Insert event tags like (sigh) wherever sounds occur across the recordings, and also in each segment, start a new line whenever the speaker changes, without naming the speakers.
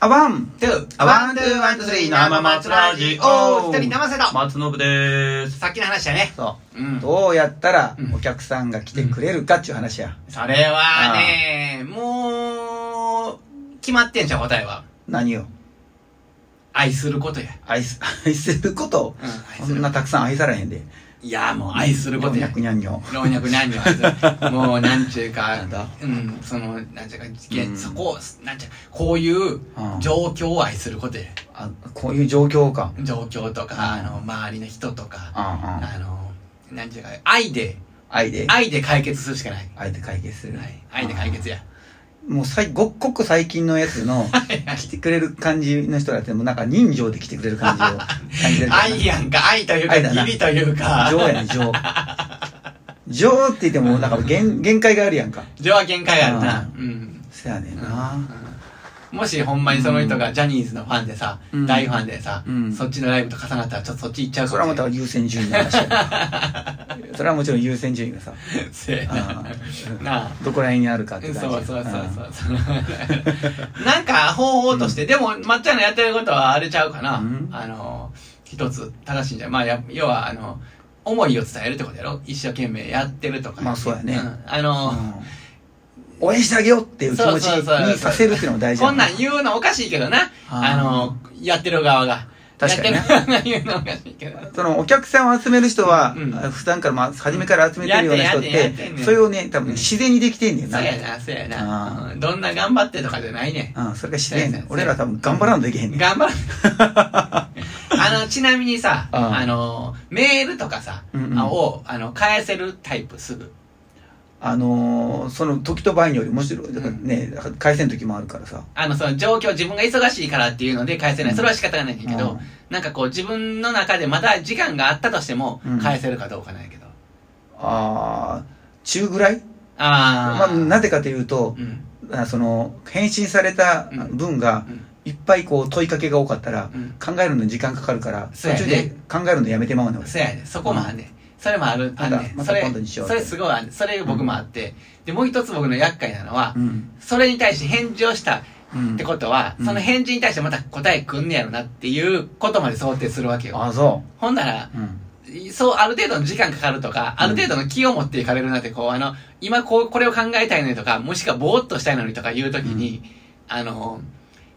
アワン
トゥー、ワン、トゥー、ワン、トゥー、スリー、生松ラジオ、一人生瀬戸。
松信です
さっきの話やね。
そう、
うん
どうやったら
うん
お客さんが来てくれるかっていう話や、
それはね、もう、決まってんじゃん、答えは。
何を
愛することや。
愛す愛すること、
うん、愛
そ
す
ん
る
な。たくさん愛されへんで
いや、もう愛することや
400。にゃんにょ
老若男女はさもう、なんちゅう
な (laughs)
か
んだ、
うん、その、なんちゅうか、いや
うん
そこ、なんちゅう、こういう状況を愛することや。
あこういう状況か
状況とか、あの、周りの人と
う
か、
んうん
あの、なんちゅうか、愛で、
愛で
愛で解決するしかない。
愛で解決する、
はい愛で解決や。
もうさいごっこく最近のやつの来てくれる感じの人だってもうなんか人情で来てくれる感じを感じてるからな
(laughs) (laughs) 愛やんか、愛というか、
愛だな
義理というか。
情やね情情って言ってもなんか限限界があるやんか
情は限界あるな。
う
うん。
そやねんな
もしほんまにその人がジャニーズのファンでさ、
うん
大ファンでさ、
うん
そっちのライブと重なったらちょっとそっち行っちゃう
そ
か
れは
も
また
しれない。
優先順位の話やなそれはもちろん優先順位がさ
せやな。
うん
なあ。
どこら辺にあるかっ
そ
て
う
感じ
そうそう
うん
そう。 (laughs) なんか方法として、でも、まっちゃんのやってることはあれちゃうかな。
うん
あの、一つ正しいんじゃん。まあ、や要は、あの、思いを伝えるってことやろ一生懸命やってるとか。
まあそうやね
んあの、
応援してあげようっていう気持ちにさせるっていうのも大事
こ
や
んなん言うのおかしいけどな。あの
あ、
やってる側が。
確かにね
やってる側が言うのおかしいけど。
そのお客さんを集める人は、
うん
普段から、まあ、初めから集めてるような人っ
やってんやってんやってん
て
ねん
それをね多分自然にできてんねん
そ
な、
うやな、そうや
あ
な。うんどんな頑張ってとかじゃないねん。
うん、それが自然
そうや
ね
ね
俺ら多分頑張らんといけへんねん
頑張る。
(laughs)
あの、ちなみにさ、
ああ
あの、メールとかさ、
うんうん
を、あの、返せるタイプすぐ。
あのーその時と場合によりもちろんだから
うん
ね、だから回線の時もあるからさ
あの、その状況、自分が忙しいからっていうので返せな
う
い。
ん
それは仕方がないんだけ
う
ど
ん、
なんかこう、自分の中でまた時間があったとしても
うん、
返せるかどうかないけど。
あー中ぐらいま
あ
あ、
あ。
なぜかというと
う、ん。
あその返信された
うん
分が
うん
いっぱいこう問いかけが多かったら、
うん
考えるのに時間かかるから、
そう
途
やね
中で考えるのやめてまうのよ
そうやねそこもあんね、ん、それもあるあ
ま
ん
た
ねん
また
それ
今度にしよう
それすごいあんねんそれ僕もあって、でもう一つ僕の厄介なのは、
うん
それに対して返事をした
うん
ってことは、
うん
その返事に対してまた答えくんねやろなっていうことまで想定するわけよ
あそ
ほんなら
う、うん、
そうある程度の時間かかるとか、ある程度の気を持っていかれるなってこうあの今こうこれを考えたいのにとかもしくはぼーっとしたいのにとかいう時に、あの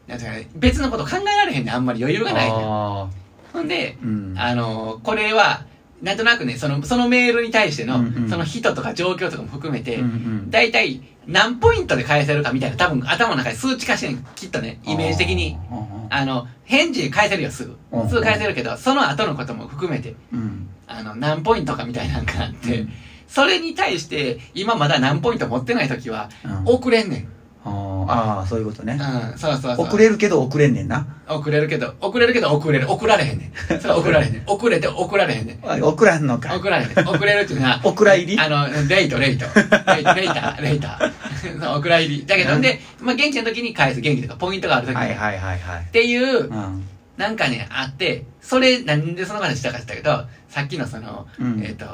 なんていうかね別のこと考えられへんねんあんまり余裕がないねん
あ
ほんで
ーうん
あの、これは、なんとなくね、その、そのメールに対しての、
うんうん
その人とか状況とかも含めて
うんう、ん
大体、何ポイントで返せるかみたいな、多分頭の中で数値化してんきっとね、イメージ的に。
あー
あの、返事返せるよ、すぐ
うんう。ん
すぐ返せるけど、その後のことも含めて、
うん
あの、何ポイントかみたいなんかあっ
う
て
ん、
それに対して、今まだ何ポイント持ってない時は、
うん
遅れんねん。
あーあーそういうことね
うん、そうそうそう。
遅れるけど遅れんねんな
遅れるけど、遅れるけど遅れる。遅られへんねん。それは遅られへんねん。遅れて遅られへんねん。
あ遅らんのか、
送られて、送れるっていうのは
(laughs) お蔵入り
あの、レイト、レイト。レイトレイター、レイター。 (laughs) そうお蔵入り。だけど、
うん
で、まあ、現地の時に返す、現地とか、ポイントがある時に。
はい
っ
はいはいはい
てい
う
う、
ん
なんかね、あって、それ、なんでその話したかしたけど、さっきのその、
うん
えっ、と、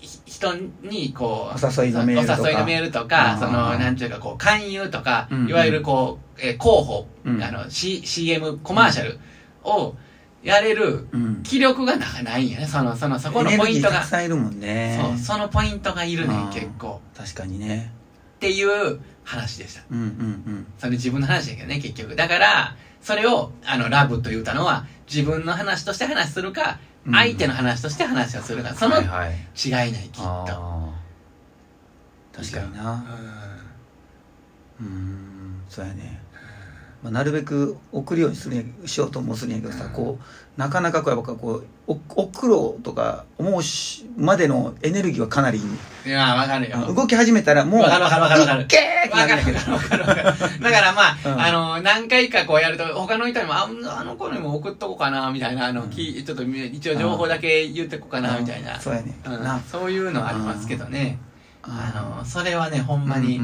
ひ人に、こう、
お誘いのメールとか
お誘いのメールとか
あー
その、なんていうか、こう、勧誘とか、
うん
いわゆるこう、えー広報、
うん
あの、C、CM、コマーシャルをやれる
うん
気力がなないんやね、その、その、そこの
エネ
ポ
ル
イ
ギ
ン
ー
ト
た
が
く。さんいるもんね
そう、そのポイントがいるね
あー、
結構。
確かにね
っていう話でした。
うんうん
それ自分の話だけどね、結局。だから、それを、あの、ラブと言うたのは、自分の話として話するか、
うん
相手の話として話をするか、その
はいはい
違いない、きっと。
あー確かにな
う
うーんそうやね、まあ、なるべく送るようにするんやしようともするんやけどさ、
うん
こうなかなかこうやっぱこうお送ろうとか思うしまでのエネルギーはかなり
ん。いや、わかるよ。わ
動き始めたらもう
わかるわかるわかるわかる
いっけーってな
かる
るんや
わか
け
る
ど
わかるわかる。だからま
(laughs) うん
あ、あの、何回かこうやると、他の人にも、ああの子にも送っとこうかな、みたいな、あの、きちょっと、一応情報だけ言ってこうかな、みたいな
うん。そうやね、
うん
な
そういうのはありますけどね。あの、それはね、ほ
ほ
んまに、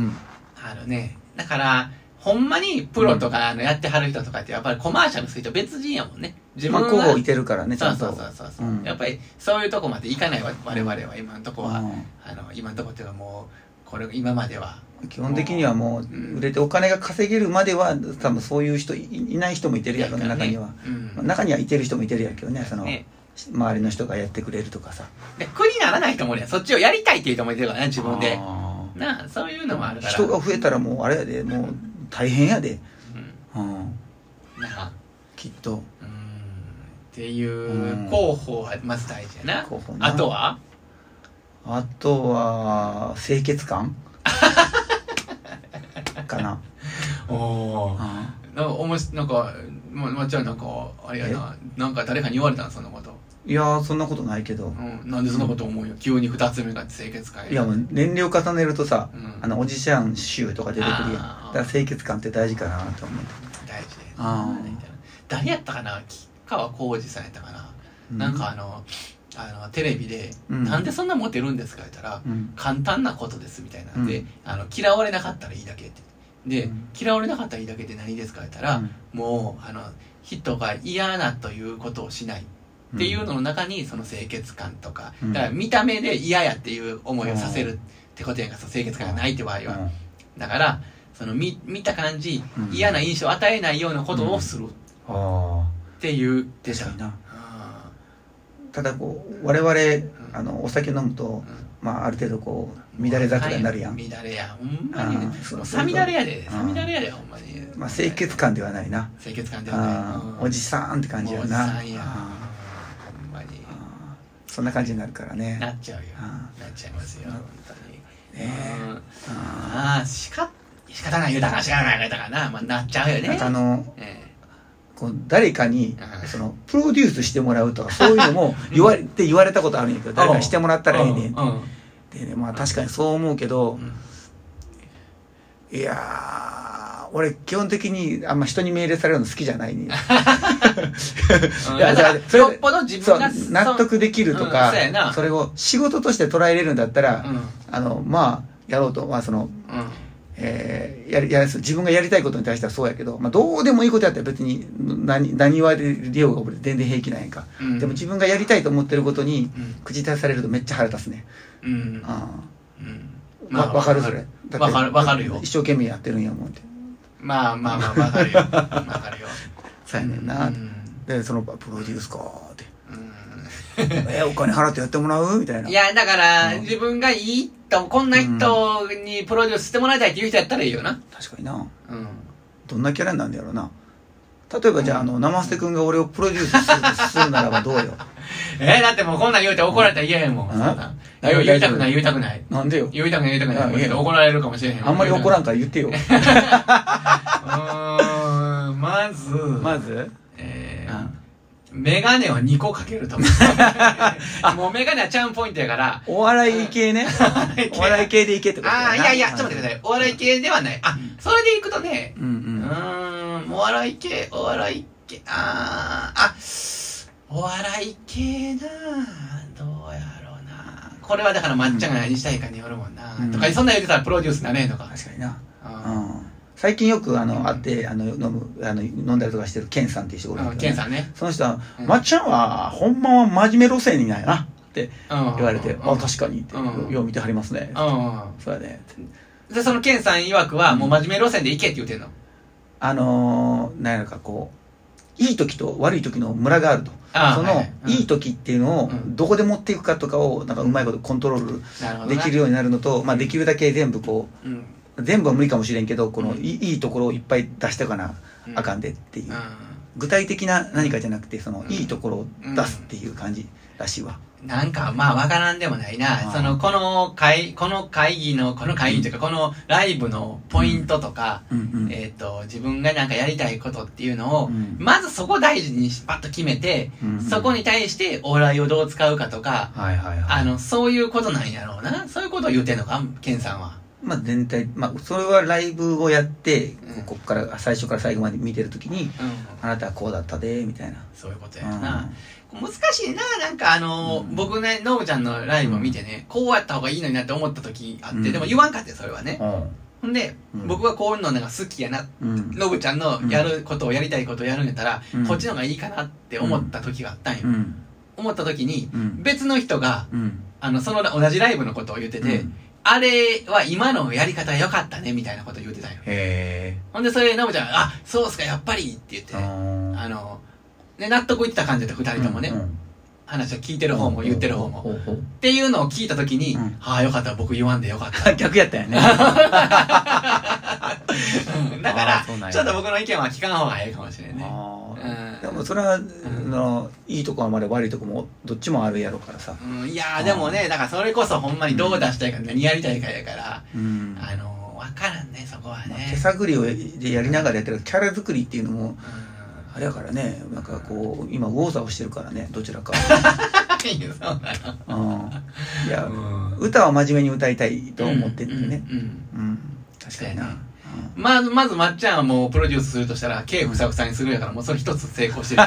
あるね。だから、ほんまにプロとかあのやってはる人とかって、やっぱりコマーシャルする人別人やもんね。自
まあ
分は。
候補いてるからねち
そ
ゃ
うん
と
そうそうそうそう、
うん
やっぱりそういうとこまでいかないわ我々は今のとこは、
うん
あの今のとこっていうかもうこれ今までは
基本的にはも
うん
う売れてお金が稼げるまでは多分そういう人いいない人もいてるやろね中には、
うん
まあ中にはいてる人もいてるやろけどねその
ね
周りの人がやってくれるとかさ
で苦にならないと思うねそっちをやりたいっていう人もいてるからね自分で
あ
なあそういうのもある
ー
から
人が増えたらもうあれやでもう大変やで、
うん
うん、
なあ
きっと
うんっていう
うん
候補はまず大事やな
候補な
あとは
あとは清潔
(laughs)
感かな、
おお
あ
なんかおもしなんかももちろんなんかあれやななんか誰かに言われたんそんなこと、
ーいやーそんなことないけど、
うん、なんでそんなこと思うよ急に二つ目が清潔感
いやもう年齢を重ねるとさ、
うん
あのおじちゃん臭とか出てくるやんだ
あー
から清潔感って大事かなと思って、
大事で
あー
誰やったかな吉川浩司さんやったかな、
う
なんかあのあのテレビで、
うん
なんでそんなモテるんですか?」言ったら
うん
「簡単なことです」みたいなんで、
うん
あの「嫌われなかったらいいだけ」って。で、
うん
嫌われなかったらいいだけって何ですか?」言ったら、
うん
もうあの人が嫌なということをしないっていうのの中にその清潔感とか、
うん
だから見た目で嫌やっていう思いをさせるってことやんかその清潔感がないって場合は、だからその見見た感じ、
うん
嫌な印象を与えないようなことをするっ
あ
ていう
あ
でしょ、
確かにな
あ
ただこう我々あのお酒飲むと
ー、う
まあある程度こうん乱れ桜になるやん、
乱れやほんまにね
あーそうそうそ
もう
う
さみだれやで
うん
さみだれやでほんまに
まあ、清潔感ではないな、
清潔感で
あ
は
ー
ね
おじさんって感じや
おじ
な
さんや
あ
ほんまに
ーあーそんな感じになるからね
なっちゃうよ
あ
なっちゃいますよ
な
本当に、
ーねえ
うん
あ
ああしか仕方ない言うたから仕方ない言うたからな、まあ、なっちゃうよ
ー
ね
なんかあの
え
こう誰かに
うん
そのプロデュースしてもらうとかそういうのも言われて言われたことあるんやけど誰かにしてもらったらええねん
うんうん
でねまあ確かにそう思うけど
うん
いやー俺基本的にあんま人に命令されるの好きじゃないね
(laughs) うん
いやじ
だから
ゃあそれ
よっぽど自分が
そう
そ
納得できると
う
か
んそうやな
それを仕事として捉えれるんだった
う
ら
ん
あのまあやろうとまあその
うん
えーやりやりす自分がやりたいことに対してはそうやけど、まあ、どうでもいいことやったら別に何何言われようが俺全然平気なんやんか、
うん
でも自分がやりたいと思ってることに
うん
口出されるとめっちゃ腹立つね、
うん
あ
うん
あわ分かるそれだって
わかるわかるよ
一生懸命やってるんやもんって
まあまあまあわ
(laughs)
かるよわかるよ
そうやねんな、
うん
でそのプロデュースかーって (laughs)「
う
えお金払ってやってもらう?」みたいなん
いやだから
うん
自分がいいとこんな人にプロデュースしてもらいたいっていう人やったらいいよな
確かにな
うん
どんなキャラになんだやろうな例えばじゃあ,、あの生瀬君が俺をプロデュースするするならばどうよ
えーだってもうこんなん言うて怒られたら嫌やもん
うん
そんなん
うん
言う言いたくない言いたくない
なんでよ
言いたくない言いたく
あ
ない
いいよ
怒られるかもしれへん
あんまり怒ら
ん
んから言ってよ
うーんまず
まず
え
う
ー
ん
メガネを2個かける (laughs) と思う。もうメガネはチャームポイントやから、
お笑い系
(laughs)
ね。お笑い系でいけってことだよ
あ
な
あ、いやいや、ちょっと待ってください。お笑い系ではない。あ、それでいくとね、
うんう
うーん、お笑い系、お笑い系、ああ、あ、お笑い系などうやろうなこれはだから抹茶が何したいかによるもんな、
うん
とか、そんなん言ってたらプロデュースなれへんのか
ん。。確かにな。
う
うんん。最近よくあ
うん
の、会って、あの、飲む、あの、飲んだりとかしてるケンさんっていう人おる
うんん。
だけ
ケ
ど
ンさんね。
その人は
う、ん
まっちゃんは、ほんまは真面目路線にないな、って
言
言われて、あ、確かにって、
うん
よう見てはりますね。
うん。
そうやね。って
で、そのケンさん曰くは、もう真面目路線で行けって言うてんの。
あのー、なんやろかこう、いい時と悪い時のムラがあると。
あー
そ
はい
の
はい、うん
いい時っていうのを
う、ん
どこで持っていくかとかを、なんかうまいことコントロー
なるほど
ルで
な
きるようになるのと、まあできるだけ全部こう、
うん。
全部は無理かもしれんけどこの
うん
いいいいところをいっぱい出してかな
う
あかんでっていう、
う
具体的な何かじゃなくてその
うん
いいところを出すっていう感じらしいわ、
ん。なんか、まあ、わからんでもないな。
あー
その、この会、この会議の、この会議というか、このライブのポイントとか、
うんうん
えっと、自分がなんかやりたいことっていうのを、
うん
まずそこ大事にしパッと決めて、
うんうん
そこに対してお笑いをどう使うかとか、
はいはいはい
あの、そういうことなんやろうな。そういうことを言うてんのか、ケンさんは。
まあ全体まあそれはライブをやって
う
こ
ん
こっから最初から最後まで見てる時に
うん。
あなたはこうだったでみたいな
そういうことや
うん
な。難しいななんかあのー
うん
僕ねノブちゃんのライブを見てねこうやった方がいいのになって思った時あって、
うん
でも言わんかってそれはね
うん
ほんで、
うん
僕はこういうのなんか好きやな
うん
ノブちゃんのやることをやりたいことをやるんやったら、
うん
こっちの方がいいかなって思った時があったんよ、
うん
思った時に
うん
別の人が
うん
あのその同じライブのことを言ってて、
うん
あれは今のやり方良かったね、みたいなこと言ってたよ。
へ
ほんで、それ、のぶちゃんが、あ、そうっすか、やっぱりって言って
え。
ね、
あ
あの、ね、納得いってた感じで、二人ともね、話を聞いてる方も言ってる方も。
も。
っていうのを聞いたときに、
うん
ああ、よかった、僕言わんでよ
(laughs)
かった。
逆やったよね。
うんだか
あーそうなん
ら、
や
(laughs) ちょっと僕の意見は聞かん方がいいかもしれんね。
あ
う
ー
ん
でもそれは、あのいいとこもあれば悪いとこもどっちもあるやろからさ。
うん、いやーでもね、だからそれこそほんまにどう出したいか、何やりたいかやから、
うん
あのー、わからんね、そこは
まあ
ね
手。探りをでやりながらやってるキャラ作りっていうのも
うん
あれやからねなんかこう今ウォーザーをしてるからねどちらか、
(laughs) いやそうな
(laughs) うん、いや、
の
歌は真面目に歌いたいと思ってるんでね
うんうん
うん、確かにな、うん
うんまず、まず、まっちゃんはもうプロデュースするとしたら、毛ふさふさにするやから、もうそれ一つ成功し
(laughs)
てる。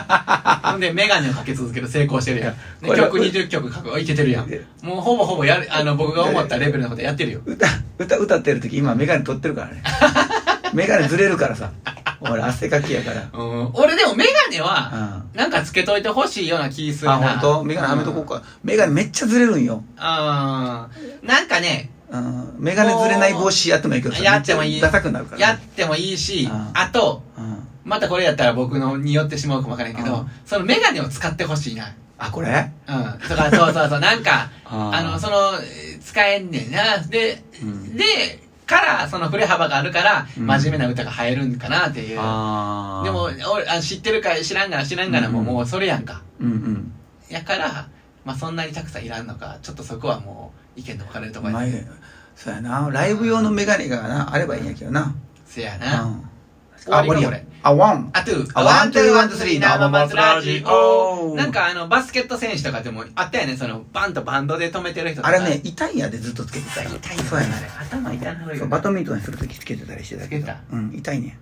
ほんで、メガネをかけ続けて成功してるやん。
いや
で
これ
曲20曲書く。いけてるやん。もうほぼほぼやる、あの、僕が思ったレベルのことやってるよ。
歌歌歌ってる時今メガネ取ってるからね
(laughs)
メガネずれるからさ俺汗かきやから
うん。俺でもメガネは、
う
なんかつけといてほしいような気す
ん
る
あ
な。
本当メガネはめとこうか、メガネめっちゃずれるんよ、
あーなんかね、
うん、メガネずれない帽子やってもいいけどさ
やってもいい
めちゃダサくなるから、
やってもいいし、
うん
あと、
うん、
またこれやったら僕のによってしまうかもわからんけ
う
ど
ん、
そのメガネを使ってほしいな。
あこれ
うん。
(laughs)
とか、そうそうそう、なんか、
あ
あの、その、えー使えんねんな。で、
うん
で、から、その振れ幅があるから、
うん
真面目な歌が入るんかなっていう。
あー
でも、俺、あ知ってるか知らんがな知らんがな、もう、
うん
もうそれやんか。
うんうん
やから、まあそんなにたくさんいらんのか、ちょっとそこはもう、意見の分かれるとこ
ま
や
あそうやなライブ用のメガネがなあればいいんやけどな、
せや
うん、
な。
あ
終
終わ
わりかこ
りや
れ。
あワン
あと、
あ
ワン、ツー、ワ
ワ
ン、
ン
ツ
ツー
ー、ス
ス
リ
リ
ー、
ー
生松ラジオ。
おー
なんかあの、バスケット選手とかでもあったよね、その、バンとバンドで止めてる人とか。
あれね、痛いんやでずっとつけてた
痛いよね
そうやね
頭痛なる
そ
よ
う
ね。
バドミントンするときつけてたりしてたけど
つけた
うん痛いね